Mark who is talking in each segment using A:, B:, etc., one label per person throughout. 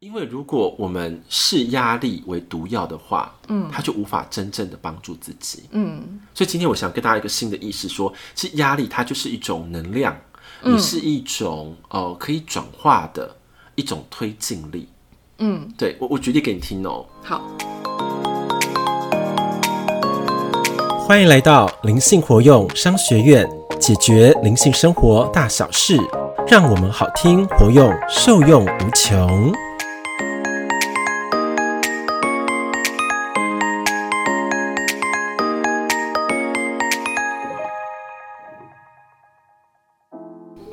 A: 因为如果我们视压力为毒药的话，嗯，它就无法真正的帮助自己，嗯。所以今天我想跟大家一个新的意识说，其实压力它就是一种能量，也是一种呃可以转化的一种推进力。
B: 嗯，
A: 对我，我举例给你听哦、
B: 好，
A: 欢迎来到灵性活用商学院，解决灵性生活大小事，让我们好听活用，受用无穷。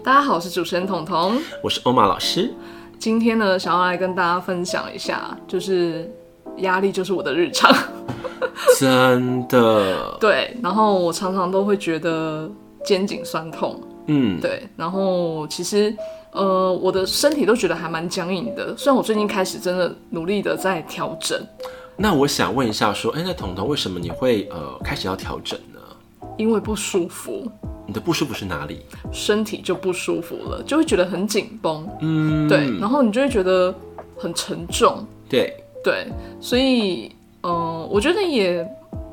B: 大家好，我是主持人彤彤。
A: 我是欧玛老师，
B: 今天呢，想要来跟大家分享一下，就是压力就是我的日常。
A: 真的，
B: 对，然后我常常都会觉得肩颈酸痛，
A: 嗯，
B: 对，然后其实呃，我的身体都觉得还蛮僵硬的。虽然我最近开始真的努力的在调整，
A: 那我想问一下，说，哎，那彤彤为什么你会呃开始要调整呢？
B: 因为不舒服，
A: 你的不舒服是哪里？
B: 身体就不舒服了，就会觉得很紧绷，
A: 嗯，
B: 对，然后你就会觉得很沉重，
A: 对，
B: 对，所以呃，我觉得也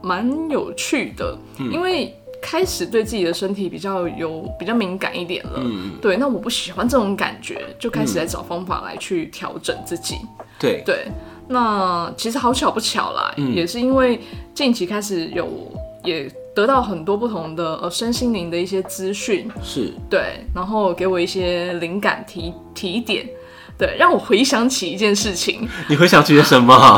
B: 蛮有趣的，
A: 嗯
B: 因为开始对自己的身体比较有比较敏感一点了。
A: 嗯，
B: 对，那我不喜欢这种感觉，就开始在找方法来去调整自己。
A: 对，
B: 对，那其实好巧不巧啦，
A: 嗯
B: 也是因为近期开始有也得到很多不同的呃身心灵的一些资讯，
A: 是，
B: 对，然后给我一些灵感提提点，对，让我回想起一件事情，
A: 你会想起些什么？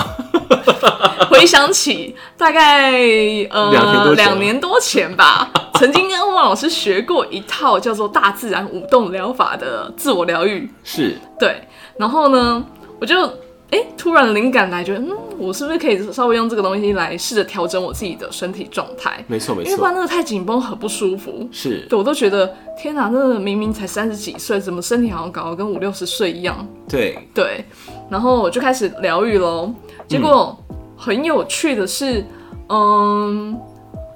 B: 回想起大概
A: 两年多前
B: 呃
A: 了
B: 两年多前吧， 曾经跟汪老师学过一套叫做大自然舞动疗法的自我疗愈。
A: 是，
B: 对，然后呢，我就哎突然灵感来，觉得嗯，我是不是可以稍微用这个东西来试着调整我自己的身体状态？
A: 没错，没
B: 因为不然
A: 错，
B: 那个太紧绷很不舒服。
A: 是，
B: 对，我都觉得天哪，那明明才三十几岁，怎么身体好像搞得跟五六十岁一样？
A: 对，
B: 对，然后我就开始疗愈喽。结果、
A: 嗯
B: 很有趣的是，嗯，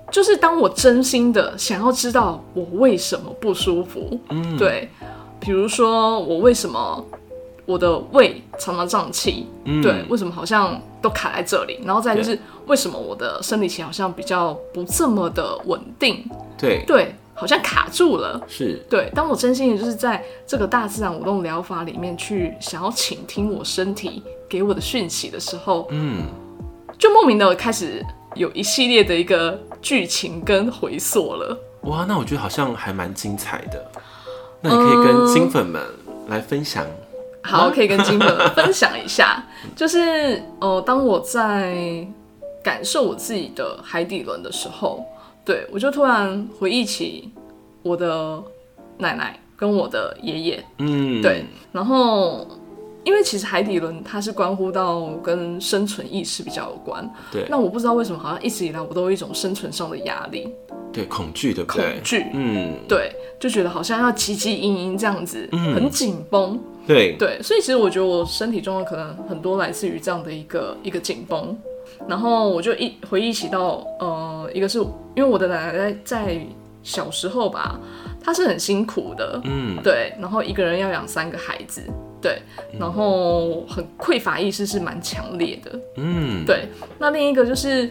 B: 就是当我真心的想要知道我为什么不舒服，
A: 嗯，，
B: 对，比如说我为什么我的胃常常胀气，
A: 嗯
B: 对，为什么好像都卡在这里，然后再就是为什么我的生理期好像比较不这么的稳定，
A: 对，
B: 对，好像卡住了。
A: 是，
B: 对，当我真心也就是在这个大自然舞动疗法里面去想要倾听我身体给我的讯息的时候，
A: 嗯。
B: 就莫名的开始有一系列的一个剧情跟回溯了。
A: 哇，那我觉得好像还蛮精彩的。那你可以
B: 嗯
A: 跟金粉们来分享，
B: 好，可以跟金粉分享一下， 就是呃，当我在感受我自己的海底轮的时候，对我就突然回忆起我的奶奶跟我的爷爷，
A: 嗯，
B: 对，，然后因为其实海底轮它是关乎到跟生存意识比较有关。
A: 对
B: 那我不知道为什么好像一直以来我都有一种生存上的压力、
A: 对，恐惧，对不
B: 恐
A: 对？
B: 惧，
A: 嗯，
B: 对，就觉得好像要汲汲营营这样子，
A: 嗯
B: 很紧绷。
A: 对，
B: 对，所以其实我觉得我身体状况可能很多来自于这样的一个一个紧绷。然后我就一回忆起到，呃，一个是因为我的奶奶在小时候吧，她是很辛苦的，
A: 嗯，
B: 对，然后一个人要养三个孩子，对，然后很匮乏意识是蛮强烈的，
A: 嗯，，
B: 对。那另一个就是，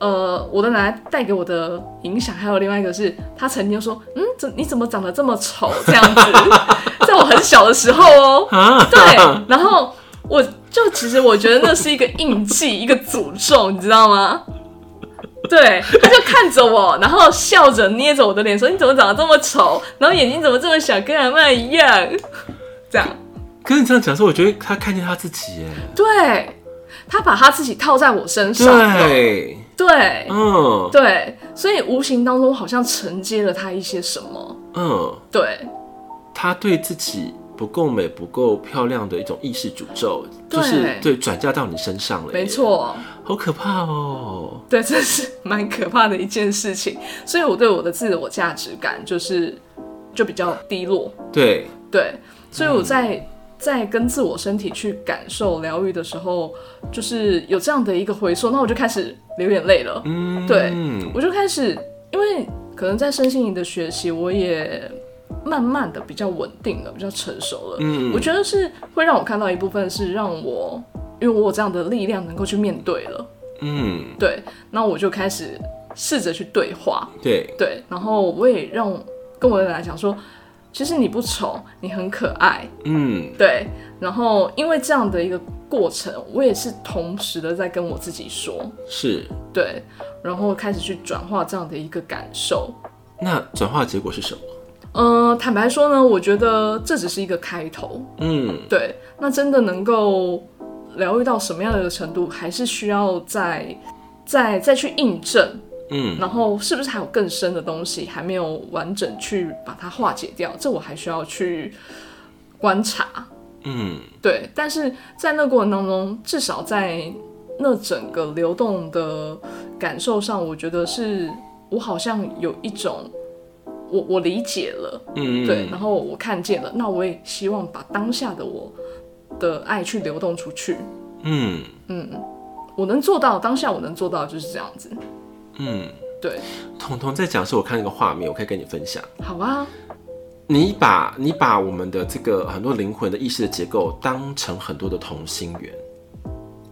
B: 呃，我的奶奶带给我的影响，还有另外一个是，她曾经说，嗯，怎你怎么长得这么丑这样子， 在我很小的时候哦，
A: 啊，
B: 对，然后我就其实我觉得那是一个印记，一 个诅咒，你知道吗？对，他就看着我，然后笑着捏着我的脸说：“你怎么长得这么丑？然后眼睛怎么这么小，跟阿妈一样？” 这样，
A: 可是你这样讲说，我觉得他看见他自己耶，
B: 对他把他自己套在我身上，
A: 对，
B: 对
A: 嗯
B: 对，所以无形当中好像承接了他一些什么，
A: 嗯，
B: 对
A: 他对自己不够美、不够漂亮的一种意识诅咒，
B: 对
A: 就是对转嫁到你身上了，
B: 没，错。
A: 好可怕哦，
B: 对，这是蛮可怕的一件事情，所以我对我的自我价值感就是就比较低落。
A: 对，
B: 对，所以我在、在跟自我身体去感受疗愈的时候，就是有这样的一个回溯，那我就开始流眼泪了。
A: 嗯，
B: 对我就开始，因为可能在身心灵的学习，我也慢慢的比较稳定了，比较成熟了。
A: 嗯
B: 我觉得是会让我看到一部分是让我，因为我有这样的力量能够去面对了，
A: 嗯，
B: 对，那我就开始试着去对话，
A: 对，
B: 对，然后我也让跟我的来讲说，其实你不丑，你很可爱，
A: 嗯
B: 对，然后因为这样的一个过程，我也是同时的在跟我自己说，
A: 是。
B: 对，然后开始去转化这样的一个感受。
A: 那转化的结果是什么？
B: 嗯、坦白说呢，我觉得这只是一个开头，
A: 嗯，
B: 对，那真的能够疗愈到什么样的程度，还是需要再再再去印证，
A: 嗯，
B: 然后是不是还有更深的东西还没有完整去把它化解掉，这我还需要去观察。
A: 嗯，
B: 对，但是在那过程当中，至少在那整个流动的感受上，我觉得是我好像有一种我我理解了，
A: 嗯，
B: 对，然后我看见了，那我也希望把当下的我的爱去流动出去。
A: 嗯
B: 我能做到，当下我能做到就是这样子。
A: 嗯，
B: 对，
A: 彤彤在讲的时候，我看了一个画面，我可以跟你分享。
B: 好啊，
A: 你把你把我们的这个很多灵魂的意识的结构当成很多的同心圆，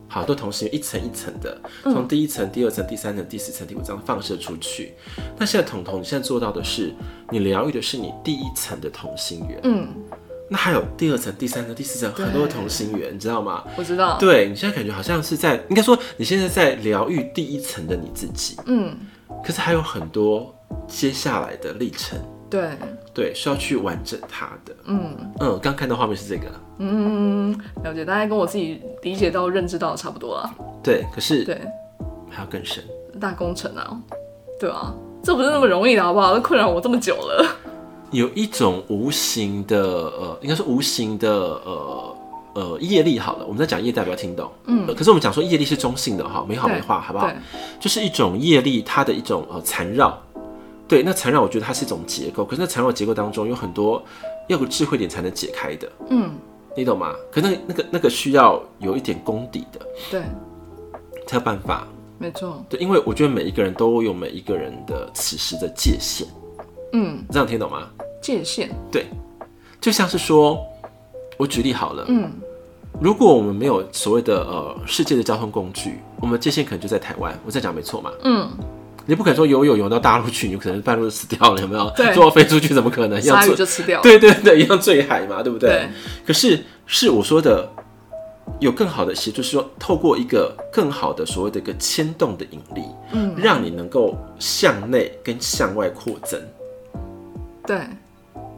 A: 好多同心圆一层一层的，从第一层、第二层、第三层、第四层、第五层放射出去。那现在彤彤，你现在做到的是，你疗愈的是你第一层的同心圆，
B: 嗯，
A: 那还有第二层、第三层、第四层
B: 对哦
A: 很多的同心圆，你知道吗？
B: 我知道，
A: 对你现在感觉好像是在，应该说你现在在疗愈第一层的你自己，
B: 嗯，
A: 可是还有很多接下来的历程，
B: 对，
A: 对，是要去完整它的。
B: 嗯
A: 嗯，刚看到画面是这个，
B: 嗯，了解，大概跟我自己理解到、认知到的差不多了。
A: 对，可是
B: 对，
A: 还要更深。
B: 大工程啊，对啊，这不是那么容易的好不好？这困扰我这么久了。
A: 有一种无形的，呃，应该是无形的，呃呃，业力好了，我们在讲业，代表听懂。嗯、可是我们讲说业力是中性的哈，没好没坏，好不好
B: 对？
A: 就是一种业力，它的一种呃缠绕。对，那缠绕我觉得它是一种结构，可是那缠绕结构当中有很多要有智慧点才能解开的，
B: 嗯，
A: 你懂吗？可那个那个那个需要有一点功底的
B: 对，
A: 才有办法。
B: 没错，
A: 对，因为我觉得每一个人都有每一个人的此时的界限，
B: 嗯，
A: 这样听懂吗？
B: 界限，
A: 对，就像是说，我举例好了，
B: 嗯，
A: 如果我们没有所谓的呃世界的交通工具，我们界限可能就在台湾，我在讲没错嘛，
B: 嗯，
A: 你不可能说游泳游到大陆去，你可能半路就死掉了，有没有？
B: 对
A: 最后飞出去怎么可能？一样
B: 鲨鱼
A: 坠
B: 就吃掉了。
A: 对对对，一样坠海嘛，对不对？
B: 对
A: 可是是我说的。有更好的协助，是说透过一个更好的所谓的一个牵动的引力，嗯，让你能够向内跟向外扩增，
B: 对，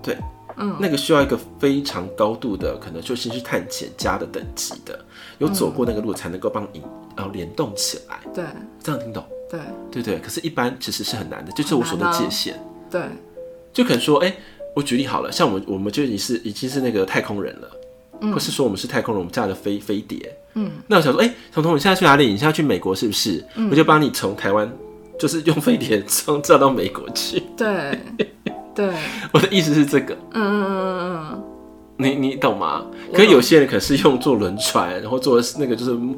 A: 对，
B: 嗯，
A: 那个需要一个非常高度的，可能就是去探险家的等级的，有走过那个路才能够帮你呃联动起来，
B: 对，
A: 这样听懂？
B: 对，
A: 对对，可是，一般其实是很难啊的，就是我所的界限，
B: 对，
A: 就可能说，哎、我举例好了，像我们我们就已经是已经是那个太空人了，或是说我们是太空人，我们驾着飞飞碟，嗯，那我想说，哎、彤彤，你现在去哪里？你现在去美国是不是？我就帮你从台湾。就是用飞碟装载到美国去，
B: 对，对，
A: 我的意思是这个，
B: 嗯嗯嗯嗯
A: 你你懂吗？
B: 我
A: 可是
B: 懂
A: 有些人可能是用坐轮船，然后坐那个就是木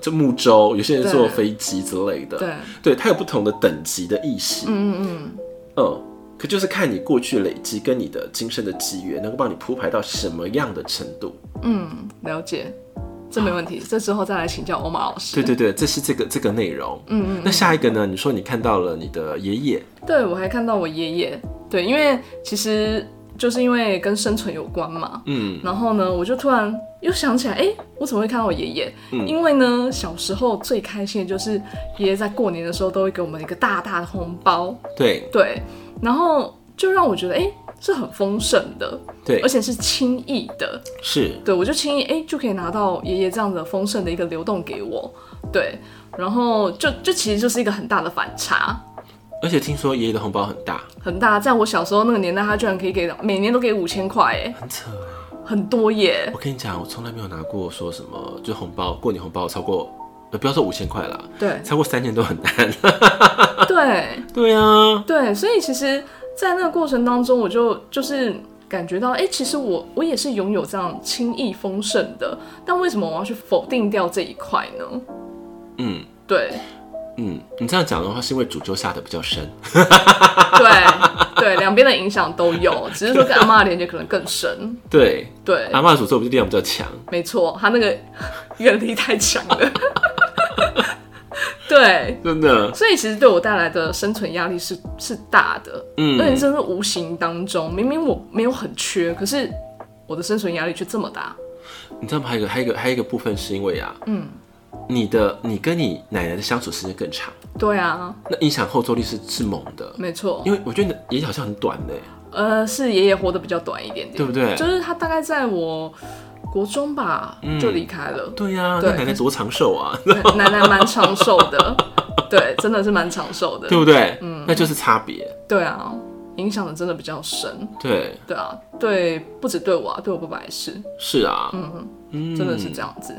A: 就木舟，有些人
B: 对
A: 坐飞机之类的。
B: 嗯，对，
A: 对，它有不同的等级的意识。嗯
B: 嗯嗯嗯，
A: 可就是看你过去累积跟你的今生的机缘，能够帮你铺排到什么样的程度。
B: 嗯了解，这没问题，这之后再来请教欧玛老师。
A: 对对对，这是这个这个内容。嗯嗯。那下一个呢？你说你看到了你的爷爷。
B: 对，我还看到我爷爷，对，因为其实就是因为跟生存有关嘛，
A: 嗯
B: 然后呢，我就突然又想起来，哎、我怎么会看到我爷爷？因为呢，小时候最开心的就是爷爷在过年的时候都会给我们一个大大的红包，
A: 对
B: 对，然后就让我觉得，哎、是很丰盛的，
A: 对
B: 而，且是轻易的，
A: 是
B: 对我就轻易哎、就可以拿到爷爷这样的丰盛的一个流动给我，对，然后就就其实就是一个很大的反差，
A: 而且听说爷爷的红包很大，
B: 很大，在我小时候那个年代，他居然可以给到每年都给五千块，哎，
A: 很扯哎。
B: 很多耶，
A: 我跟你讲，我从来没有拿过说什么，就是红包过年红包超过，呃，不要说五千块啦，
B: 对
A: 超过三千都很难。
B: 对
A: 对啊，
B: 对，所以其实，在那个过程当中，我就就是感觉到，哎、其实我我也是拥有这样轻易丰盛的，但为什么我要去否定掉这一块呢？
A: 嗯，
B: 对，
A: 嗯，你这样讲的话，是因为诅咒下的比较深。
B: 对对，两边的影响都有，只是说跟阿妈的连接可能更深。
A: 对，
B: 对，
A: 阿妈的诅咒比力量比较强。
B: 没错，他那个 远离太强了。 对，
A: 真的，
B: 所以其实对我带来的生存压力是是大的，
A: 嗯
B: 而且真的是无形当中，明明我没有很缺，可是我的生存压力却这么大。
A: 你知道吗？还有一个，还有一个，还有一个部分是因为啊，
B: 嗯，
A: 你的你跟你奶奶的相处时间更长，
B: 对啊，
A: 那影响后坐力是是猛的，
B: 没错，
A: 因为我觉得也好像很短欸呢，
B: 呃，是爷爷活得比较短一点点，
A: 对不对
B: 就是他大概在我国中吧、
A: 嗯
B: 就离开了，
A: 对呀、
B: 对
A: 那奶奶多长寿啊，
B: 对奶奶蛮长寿的，对，真的是蛮长寿的
A: 对，不对？嗯，那就是差别。
B: 对啊，影响的真的比较深，
A: 对，
B: 对啊，对，不止对我啊，对我爸爸也是，
A: 是啊，
B: 嗯，真的是这样子，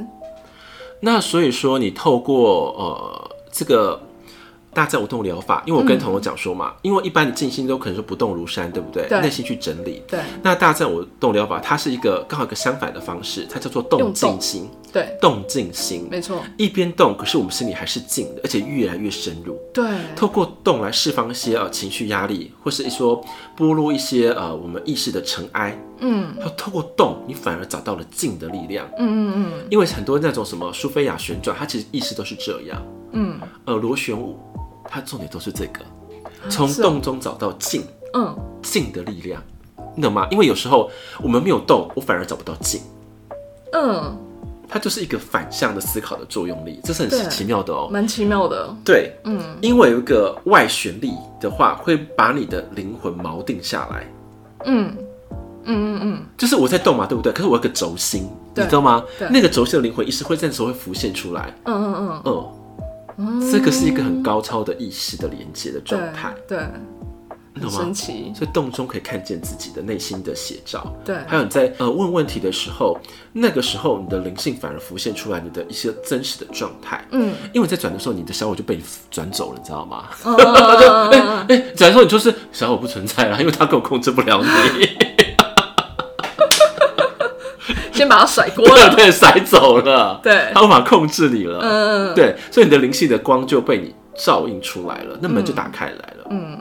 A: 那所以说，你透过呃这个大战无痛疗法，因为我跟同友讲说嘛，因为一般的静心都可能说不动如山，对不对？
B: 对
A: 内心去整理。
B: 对
A: 那大战无动疗法，它是一个刚好一个相反的方式，它叫做动
B: 用动
A: 静心，
B: 对，
A: 动静心，
B: 没错，
A: 一边动，可是我们心里还是静的，而且越来越深入。
B: 对，
A: 透过动来释放一些呃情绪压力，或是一说剥落一些呃我们意识的尘埃。
B: 嗯
A: 它透过动，你反而找到了静的力量。
B: 嗯嗯
A: 因为很多那种什么苏菲亚旋转，它其实意识都是这样。
B: 嗯
A: 呃，螺旋舞，它重点都是这个，从
B: 是哦
A: 动中找到静
B: 嗯嗯，
A: 静的力量，你懂吗？因为有时候我们没有动，我反而找不到静，
B: 嗯，
A: 它就是一个反向的思考的作用力，这是很
B: 对
A: 奇妙的哦、
B: 蛮奇妙的，
A: 对，
B: 嗯
A: 因为有一个外旋力的话，会把你的灵魂锚定下来。
B: 嗯嗯嗯嗯，
A: 就是我在动嘛，对不对？可是我有个轴心，你
B: 对
A: 知道吗
B: 对？
A: 那个轴心的灵魂意识会在那时候会浮现出来。
B: 嗯嗯
A: 嗯，
B: 嗯，
A: 这个是一个很高超的意识的连接的状态，
B: 对，对，
A: 你
B: 很
A: 懂吗
B: 神？奇，
A: 所以动中可以看见自己的内心的写照。
B: 对
A: 还有你在呃问问题的时候，那个时候你的灵性反而浮现出来，你的一些真实的状态。
B: 嗯，
A: 因为你在转的时候，你的小我就被你转走了，你知道吗？
B: 嗯嗯嗯嗯嗯
A: 哎、 转的时候你就是小我不存在了，因为他根本控制不了你，
B: 先把它甩锅 了，
A: 被甩走了，
B: 对
A: 他无法控制你了。
B: 嗯，
A: 对，所以你的灵性的光就被你照映出来了，那门就打开来了。嗯，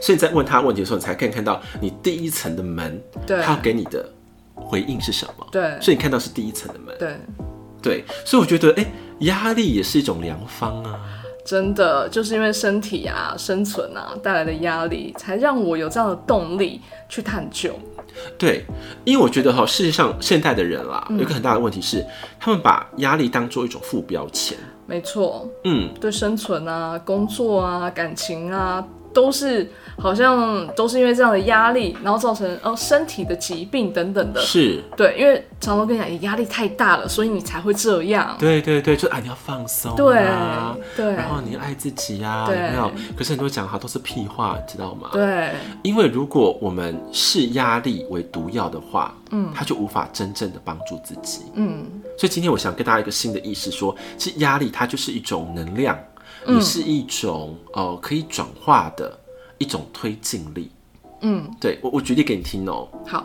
A: 所以你在问他问题的时候，你才可以看到你第一层的门，
B: 对
A: 他要给你的回应是什么。
B: 对
A: 所以你看到是第一层的门。
B: 对，
A: 对，所以我觉得，哎、压力也是一种良方啊。
B: 真的就是因为身体啊、生存啊带来的压力，才让我有这样的动力去探究。
A: 对，因为我觉得哈，世界上现代的人啦，
B: 嗯
A: 有一个很大的问题是，他们把压力当做一种副标签。
B: 没错，
A: 嗯，
B: 对生存啊、工作啊、感情啊，都是好像都是因为这样的压力，然后造成哦身体的疾病等等的。
A: 是，
B: 对，因为常常跟你讲，你压力太大了，所以你才会这样。
A: 对对对，就啊，你要放松、啊，
B: 对对
A: 然后你爱自己呀、
B: 对
A: 有没有？可是很多讲哈都是屁话，你知道吗？
B: 对
A: 因为如果我们视压力为毒药的话，嗯，它就无法真正的帮助自己。
B: 嗯，
A: 所以今天我想跟大家一个新的意识说，其实压力它就是一种能量，
B: 嗯
A: 也是一种呃可以转化的一种推进力。
B: 嗯，
A: 对我我举例给你听哦、
B: 好，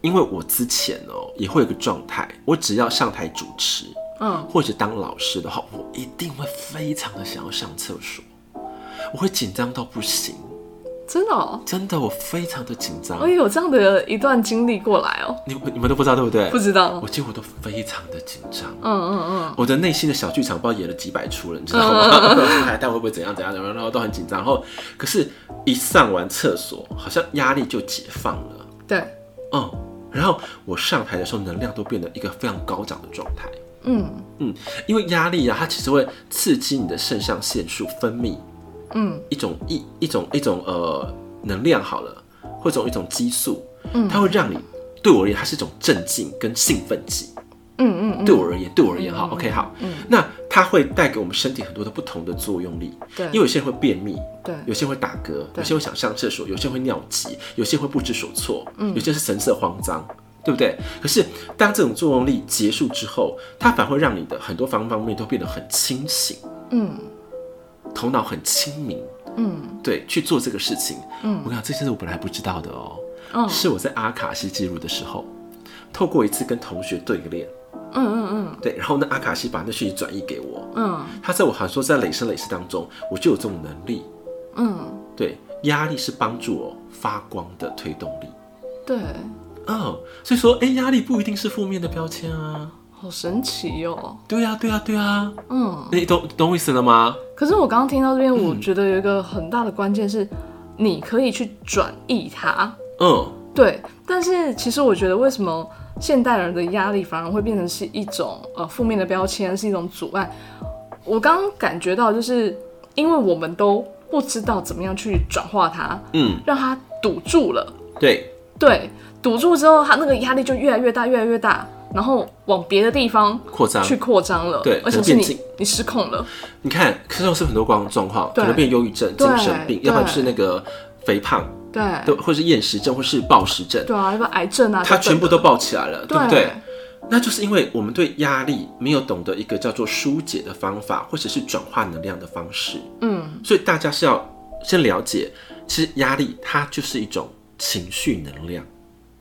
A: 因为我之前哦、也会有个状态，我只要上台主持，
B: 嗯，
A: 或者当老师的话，我一定会非常的想要上厕所，我会紧张到不行，
B: 真的、哦，
A: 真的，我非常的紧张
B: 我。也有这样的一段经历过来哦，
A: 你们你们都不知道对不对？
B: 不知道
A: 我。几乎都非常的紧张，
B: 嗯嗯
A: 我的内心的小剧场不知道演了几百出了，你知道
B: 嗯
A: 吗？海带会不会怎样怎样怎样，然后都很紧张。然后可是，一上完厕所，好像压力就解放了，
B: 嗯，对，
A: 嗯。然后我上台的时候，能量都变得一个非常高涨的状态。
B: 嗯
A: 嗯，因为压力啊，它其实会刺激你的肾上腺素分泌
B: 嗯
A: 一种一一种一种呃能量好了，或者一种激素，
B: 嗯
A: 它会让你对我而言，它是一种镇静跟兴奋剂。
B: 嗯嗯，
A: 对我而言，对我而言哈、o k 好，那它会带给我们身体很多的不同的作用力，
B: 对
A: 因为有些人会便秘，
B: 对
A: 有些人会打嗝，有些人会想上厕所，有些人会尿急，有些人会不知所措，
B: 嗯
A: 有些人是神色慌张，对不对？可是当这种作用力结束之后，它反而会让你的很多方方面面都变得很清醒，
B: 嗯
A: 头脑很清明，
B: 嗯
A: 对，去做这个事情。嗯，我跟你讲，这些是我本来不知道的哦、
B: 嗯
A: 是我在阿卡西记录的时候，透过一次跟同学对练，
B: 嗯嗯嗯
A: 对，然后呢，阿卡西把那讯息转译给我。
B: 嗯嗯
A: 他在我好像说在累生累世当中，我就有这种能力。
B: 嗯，
A: 对，压力是帮助我发光的推动力。
B: 对，
A: 哦，所以说，哎，压力不一定是负面的标签啊。
B: 好神奇哦。
A: 对呀、对呀、对呀、
B: 嗯，
A: 你懂懂我意思了吗？
B: 可是我刚刚听到这
A: 嗯
B: 边，我觉得有一个很大的关键是，你可以去转译它。
A: 嗯，
B: 对，但是其实我觉得，为什么现代人的压力反而会变成是一种呃负面的标签，是一种阻碍？我刚感觉到，就是因为我们都不知道怎么样去转化它，
A: 嗯，
B: 让它堵住了。
A: 对，
B: 对，堵住之后，它那个压力就越来越大，越来越大，然后往别的地方
A: 扩张。
B: 去扩张了。
A: 对
B: 而且
A: 可
B: 是
A: 能变
B: 你
A: 近
B: 你失控了。
A: 你看，这种是很多光状况，可能
B: 对
A: 变忧郁症、
B: 对
A: 精神病，
B: 对
A: 要不然就是那个肥胖，
B: 对
A: 对，或是厌食症，或是暴食症，
B: 对啊，要不然癌症啊，
A: 它全部
B: 等
A: 都爆起来了，对
B: 等的
A: 不
B: 对
A: 对？那就是因为我们对压力没有懂得一个叫做疏解的方法，或者是转化能量的方式，
B: 嗯
A: 所以大家是要先了解，其实压力它就是一种情绪能量，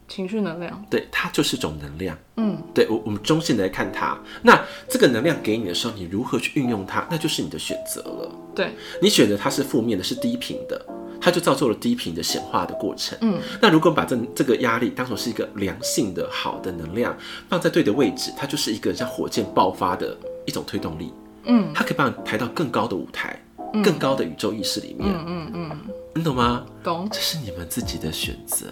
B: 情绪能量，
A: 对，它就是一种能量。
B: 嗯
A: 对我，我们中性的来看它，那这个能量给你的时候，你如何去运用它，那就是你的选择了。
B: 对，
A: 你选择它是负面的，是低频的，它就造就了低频的显化的过程。
B: 嗯，
A: 那如果把这这个压力当成是一个良性的好的能量，放在对的位置，它就是一个像火箭爆发的一种推动力。
B: 嗯，
A: 它可以把你抬到更高的舞台，更高的宇宙意识里面。
B: 嗯嗯，
A: 你懂吗？
B: 懂。
A: 这是你们自己的选择，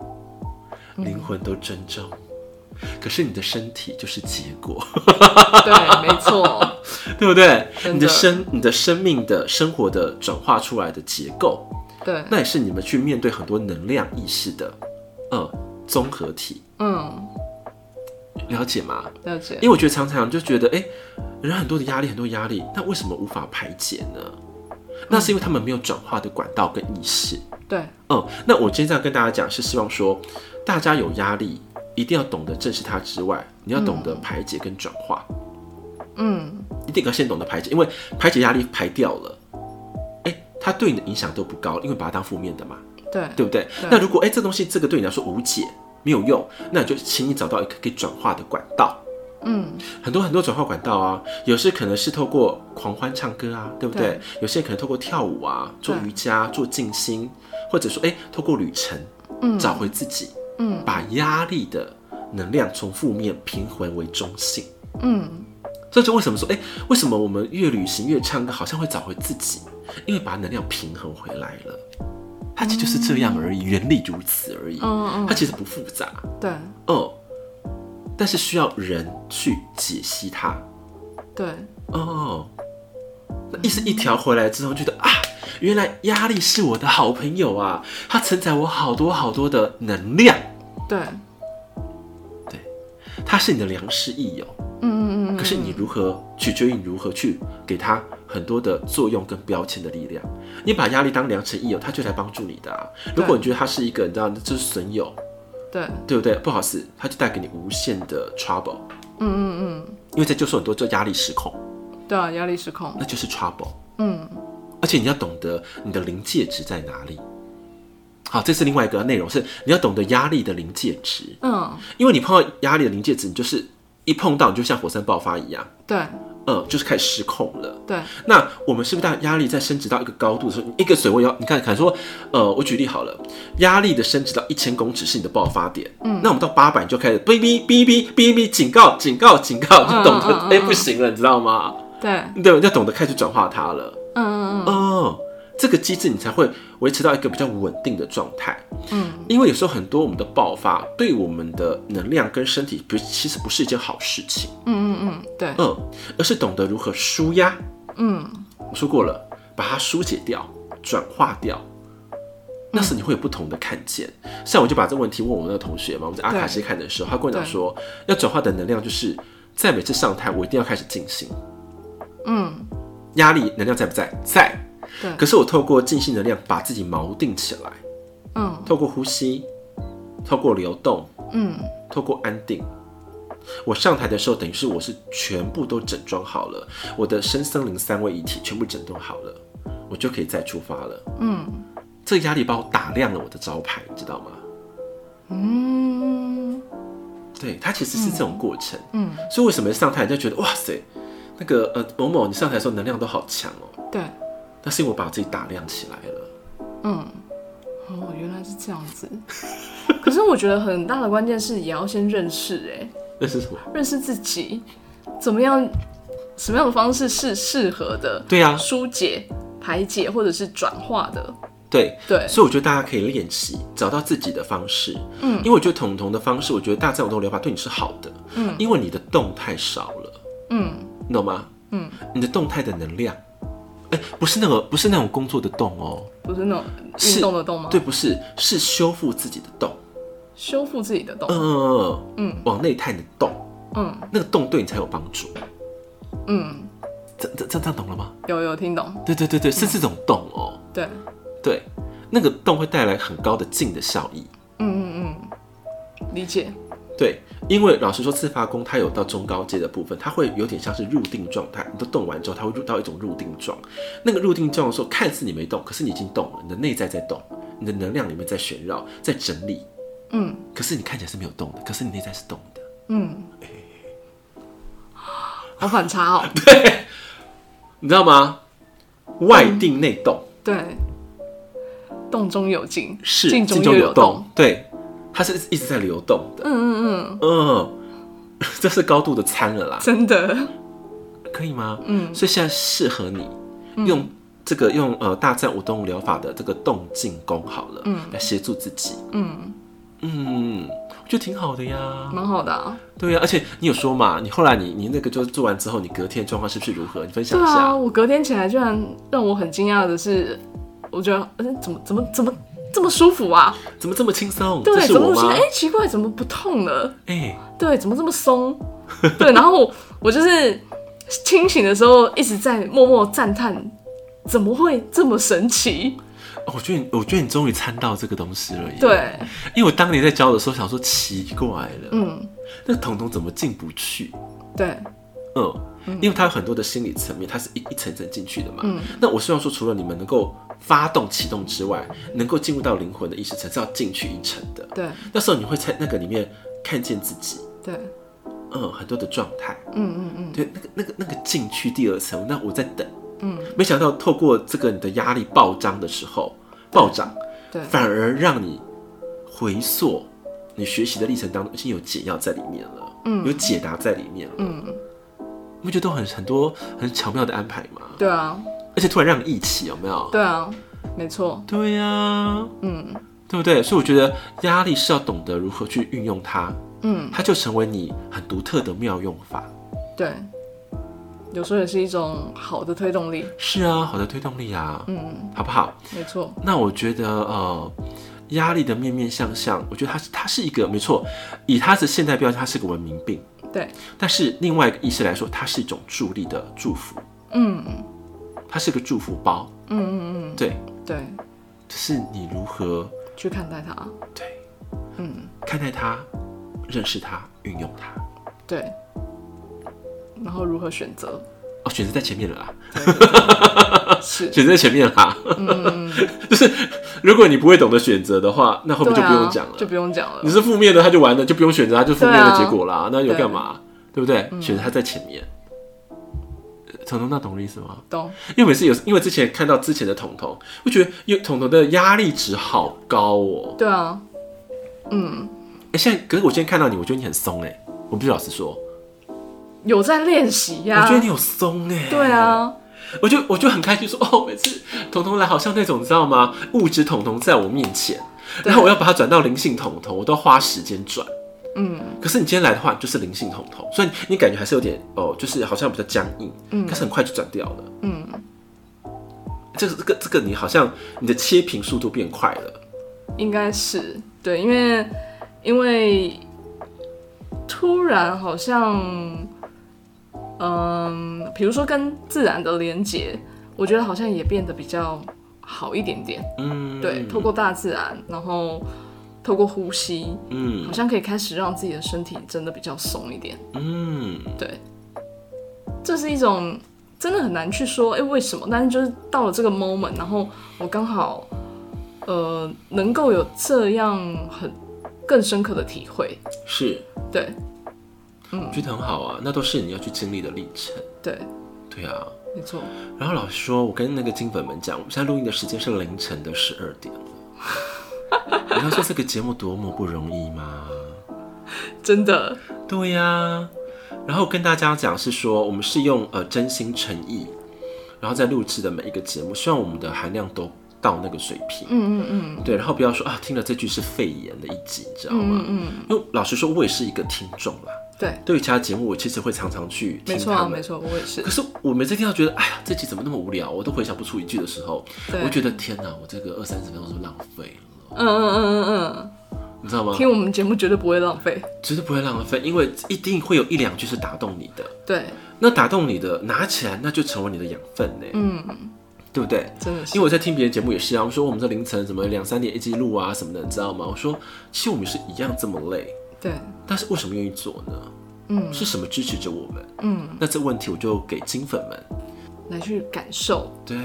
B: 嗯
A: 灵魂都尊重。可是你的身体就是结果，
B: 对，没错，
A: 对不对？
B: 真的
A: 你的生、你的生命的生活的转化出来的结构，
B: 对，
A: 那也是你们去面对很多能量意识的，呃，综合体，
B: 嗯，
A: 了解吗？
B: 了解
A: 因，为我觉得常常就觉得，哎、人很多的压力，很多压力，那为什么无法排解呢？那是因为他们没有转化的管道跟意识。
B: 对，
A: 嗯，那我今天这样跟大家讲，是希望说，大家有压力，一定要懂得正视它之外，你要懂得排解跟转化，
B: 嗯，
A: 一定要先懂得排解，因为排解压力排掉了，哎、它对你的影响都不高，因为把它当负面的嘛，
B: 对，
A: 对不对？
B: 对
A: 那如果哎、这东西这个对你来说无解没有用，那你就请你找到一个可以转化的管道。
B: 嗯，
A: 很多很多转化管道啊，有些可能是透过狂欢唱歌啊，对不对？
B: 对
A: 有些可能透过跳舞啊，做
B: 对
A: 瑜伽、做静心，或者说哎、透过旅程，
B: 嗯
A: 找回自己，
B: 嗯，
A: 把压力的能量从负面平衡为中性。
B: 嗯，
A: 这就为什么说，哎、为什么我们越旅行越唱歌，好像会找回自己，因为把能量平衡回来了。它其实就是这样而已，原理如此而已。
B: 嗯嗯
A: 它其实不复杂，
B: 对，
A: 嗯，但是需要人去解析它。
B: 对，
A: 哦，那意思一条回来之后，觉得啊，原来压力是我的好朋友啊，它承载我好多好多的能量，
B: 对，
A: 对，它是你的良师益友。
B: 嗯嗯嗯，
A: 可是你如何取决于你如何去给它很多的作用跟标签的力量。你把压力当良辰益友，它就来帮助你的、啊。如果你觉得它是一个你知道就是损友，
B: 对，
A: 对不对？不好意思，它就带给你无限的 trouble，
B: 嗯嗯
A: 因为这就是很多做压力失控，
B: 嗯，对啊，压力失控
A: 那，就是 trouble。
B: 嗯，
A: 而且你要懂得你的临界值在哪里。好，这是另外一个内容，是你要懂得压力的临界值，
B: 嗯，
A: 因为你碰到压力的临界值，你就是一碰到你就像火山爆发一样，
B: 对，
A: 嗯，就是开始失控了。
B: 对，
A: 那我们是不是当压力在升值到一个高度的时候，一个水位要你看，可能说，呃，我举例好了，压力的升值到一千公尺是你的爆发点，嗯，那我们到八百就开始哔哔哔哔哔哔警告警告警告，就懂得
B: 嗯嗯
A: 哎、不行了，你知道吗？
B: 对，嗯
A: 对，要懂得开始转化它了，
B: 嗯嗯，
A: 哦，这个机制你才会维持到一个比较稳定的状态，
B: 嗯，
A: 因为有时候很多我们的爆发对我们的能量跟身体不其实不是一件好事情，
B: 嗯嗯嗯，对，
A: 嗯，而是懂得如何舒压。
B: 嗯，
A: 我说过了，把它疏解掉、转化掉，那时你会有不同的看见。像我就把这问题问我们的同学嘛，我们在阿卡西看的时候，他跟我讲说，要转化的能量就是在每次上台，我一定要开始静心。
B: 嗯，
A: 压力能量在不在？在。
B: 对，
A: 可是我透过静心能量把自己锚定起来，
B: 嗯
A: 透过呼吸，透过流动，
B: 嗯，
A: 透过安定。我上台的时候，等于是我是全部都整装好了，我的深森林三位一体全部整顿好了，我就可以再出发了。
B: 嗯，
A: 这个压力包打亮了我的招牌，你知道吗？
B: 嗯，
A: 对，它其实是这种过程。嗯，所以为什么上台人家觉得哇塞，那个呃某某你上台的时候能量都好强哦？
B: 对，
A: 那是因为我把自己打量起来了。
B: 嗯，哦，原来是这样子。可是我觉得很大的关键是也要先认识、哎，
A: 那是什么？
B: 认识自己，怎么样，什么样的方式是适合的，
A: 对呀、
B: 疏解、排解或者是转化的。
A: 对，
B: 对，
A: 所以我觉得大家可以练习找到自己的方式。嗯，因为我觉得彤彤的方式，我觉得大自然的疗法对你是好的。嗯，因为你的动太少了。
B: 嗯
A: 你懂吗？
B: 嗯，
A: 你的动态的能量，哎、不是那个，不是那种工作的动哦，
B: 不是那种
A: 是
B: 运动的动吗？
A: 对，，不是，是修复自己的动，
B: 修复自己的动。
A: 嗯嗯嗯
B: 嗯，
A: 往内探的动，
B: 嗯
A: 那个动对你才有帮助。
B: 嗯，
A: 这这这这样懂了吗？
B: 有有听懂？
A: 对对对对，是这种动哦，
B: 对，
A: 对，那个动会带来很高的静的效益。
B: 嗯嗯嗯，理解。
A: 对，因为老实说，自发功它有到中高阶的部分，它会有点像是入定状态。你都动完之后，它会入到一种入定状。那个入定状的时候，看似你没动，可是你已经动了，你的内在在动，你的能量里面在旋绕，在整理。
B: 嗯
A: 可是你看起来是没有动的，可是你内在是动的。
B: 嗯， 好反差哦。
A: 你知道吗？外定内动、
B: 对，动中有静，
A: 是
B: 静
A: 静
B: 嗯又
A: 中有
B: 动。，
A: 对，它是一直在流动的。
B: 嗯嗯嗯，
A: 嗯， 这是高度的参了啦。
B: 真的。
A: 可以吗？
B: 嗯
A: 所以现在适合你用这个用呃大战舞动物疗法的这个动静功好了，嗯，来协助自己，
B: 嗯，
A: 嗯，我觉得挺好的呀。
B: 蛮好的啊。
A: 对呀、而且你有说嘛，你后来你你那个就是做完之后，你隔天状况是不是如何？你分享
B: 对
A: 一
B: 啊，
A: 下。
B: 我隔天起来，居然让我很惊讶的是，我觉得，嗯，怎么怎么怎么这么舒服啊？
A: 怎么这么轻松？这
B: 对，
A: 是
B: 怎么
A: 我
B: 我觉
A: 吗
B: 得，哎、？奇怪，怎么不痛了？
A: 哎、
B: 对，怎么这么松？ 对，然后我我就是清醒的时候一直在默默赞叹，怎么会这么神奇？
A: 哦我觉得你我觉得你终于参到这个东西了耶。，
B: 对，
A: 因为我当年在教的时候想说奇怪了，
B: 嗯，
A: 那个彤彤怎么进不去？
B: 对，
A: 嗯，因为它有很多的心理层面，它是一一层层进去的嘛。
B: 嗯
A: 那我希望说，除了你们能够发动启动之外，能够进入到灵魂的意识层，是要进去一层的。
B: 对，
A: 那时候你会在那个里面看见自己，
B: 对，
A: 嗯，很多的状态。
B: 嗯嗯嗯，
A: 对，那个那个那个进去第二层，那我在等。
B: 嗯，
A: 没想到透过这个你的压力暴涨的时候，暴涨
B: 对，
A: 反而让你回溯你学习的历程当中，已经有解药在里面了，嗯，有解答在里面了，嗯，你不觉得都很很多很巧妙的安排吗？
B: 对啊，
A: 而且突然让你忆起，有没有？
B: 对啊，没错，
A: 对呀、
B: 嗯
A: 对不对？所以我觉得压力是要懂得如何去运用它，
B: 嗯，
A: 它就成为你很独特的妙用法。
B: 对，有时候也是一种好的推动力，
A: 是啊，好的推动力啊，
B: 嗯，
A: 好不好？
B: 没错，
A: 那我觉得呃，压力的面面相向，我觉得它是它是一个没错，以它的现代标签，它是个文明病。
B: 对，
A: 但是另外一个意思来说，它是一种助力的祝福，
B: 嗯
A: 它是个祝福包。
B: 嗯嗯嗯，
A: 对，
B: 对，
A: 只是你如何
B: 去看待它，
A: 对
B: 嗯
A: 看待它、认识它、运用它。
B: 对，然后如何选择，
A: 哦，选择在前面了啦，
B: 是，
A: 选择在前面啦。
B: 嗯
A: 就是如果你不会懂得选择的话，那后
B: 对
A: 面就不用
B: 啊
A: 讲了。，
B: 就不用讲了
A: 你，是负面的，他就完了，就不用选择，他就负面的
B: 对啊
A: 结果啦。那有
B: 对嗯
A: 干嘛？对不对？选择他在前面。呃彤彤，那懂我的意思吗？
B: 懂，
A: 因为每次有，因为之前看到之前的彤彤，会觉得因为彤彤的压力值好高哦。
B: 对啊，嗯，
A: 哎、现在可是我今天看到你，我觉得你很松哎、我必须老实说，
B: 有在练习呀，
A: 我觉得你有松哎、
B: 啊对，啊，
A: 我就我就很开心说哦，每次彤彤来好像那种你知道吗？物质彤彤在我面前，
B: 对
A: 然后我要把它转到灵性彤彤，我都要花时间转。
B: 嗯，
A: 可是你今天来的话，你就是灵性彤彤，所以你感觉还是有点哦，就是好像比较僵硬，嗯，可是很快就转掉了，
B: 嗯，
A: 这个这个这个你好像你的切屏速度变快了，
B: 应该是对，因为因为突然好像，嗯，比如说跟自然的连接，我觉得好像也变得比较好一点点。
A: 嗯，
B: 对，透过大自然，然后透过呼吸，
A: 嗯
B: 好像可以开始让自己的身体真的比较松一点。
A: 嗯，
B: 对，这是一种真的很难去说，哎、为什么？但是就是到了这个 moment，然后我刚好，呃，能够有这样很更深刻的体会，
A: 是，
B: 对嗯
A: 我觉得很好啊，那都是你要去经历的历程。
B: 对，
A: 对啊，
B: 没错。
A: 然后老实说，我跟那个金粉们讲，我们现在录音的时间是凌晨的十二点了。 你要说这个节目多么不容易吗？
B: 真的，
A: 对呀、然后跟大家讲是说，我们是用呃真心诚意，然后在录制的每一个节目，希望我们的含量都到那个水平。
B: 嗯嗯嗯，
A: 对，然后不要说啊，听了这句是肺炎的一集，你知道吗？
B: 嗯
A: 因为老实说，我也是一个听众啦。
B: 对，
A: 对于其他节目，我其实会常常去听
B: 没错
A: 他
B: 啊，
A: 们。
B: 没错，我也是
A: 可。是我每次听到觉得，哎呀，这集怎么那么无聊，我都回想不出一句的时候，
B: 对
A: 我觉得天哪，我这个二三十分钟是浪费了，
B: 嗯嗯嗯嗯
A: 你知道吗
B: 嗯，？听我们节目绝对不会浪费。
A: 绝对不会浪费，因为一定会有一两句是打动你的。
B: 对，
A: 那打动你的，拿起来那就成为你的养分呢，
B: 嗯，
A: 对不对？
B: 真的
A: 因
B: 是
A: 为。我在听别人节目也是啊，我说我们这凌晨什么两三点一直录啊什么的，你知道吗？我说其实我们是一样这么累，
B: 对，
A: 但是为什么愿意做呢？
B: 嗯
A: 是什么支持着我们？
B: 嗯，
A: 那这问题我就给金粉们，
B: 来去感受。
A: 对，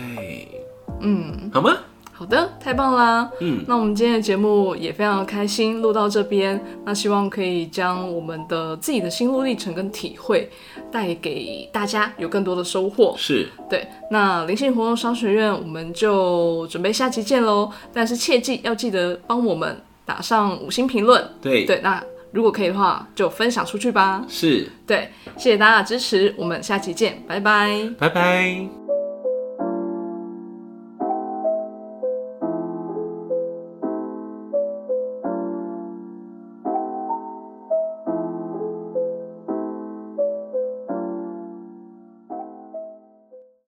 B: 嗯，
A: 好吗？
B: 好的，太棒啦。
A: 嗯，
B: 那我们今天的节目也非常开心，录到这边，那希望可以将我们的自己的心路历程跟体会带给大家，有更多的收获。
A: 是，
B: 对，那灵性活动商学院我们就准备下期见喽，但是切记要记得帮我们打上五星评论。
A: 对，
B: 对，那如果可以的话，就分享出去吧。
A: 是，
B: 对，谢谢大家的支持，我们下期见，拜拜。
A: 拜拜。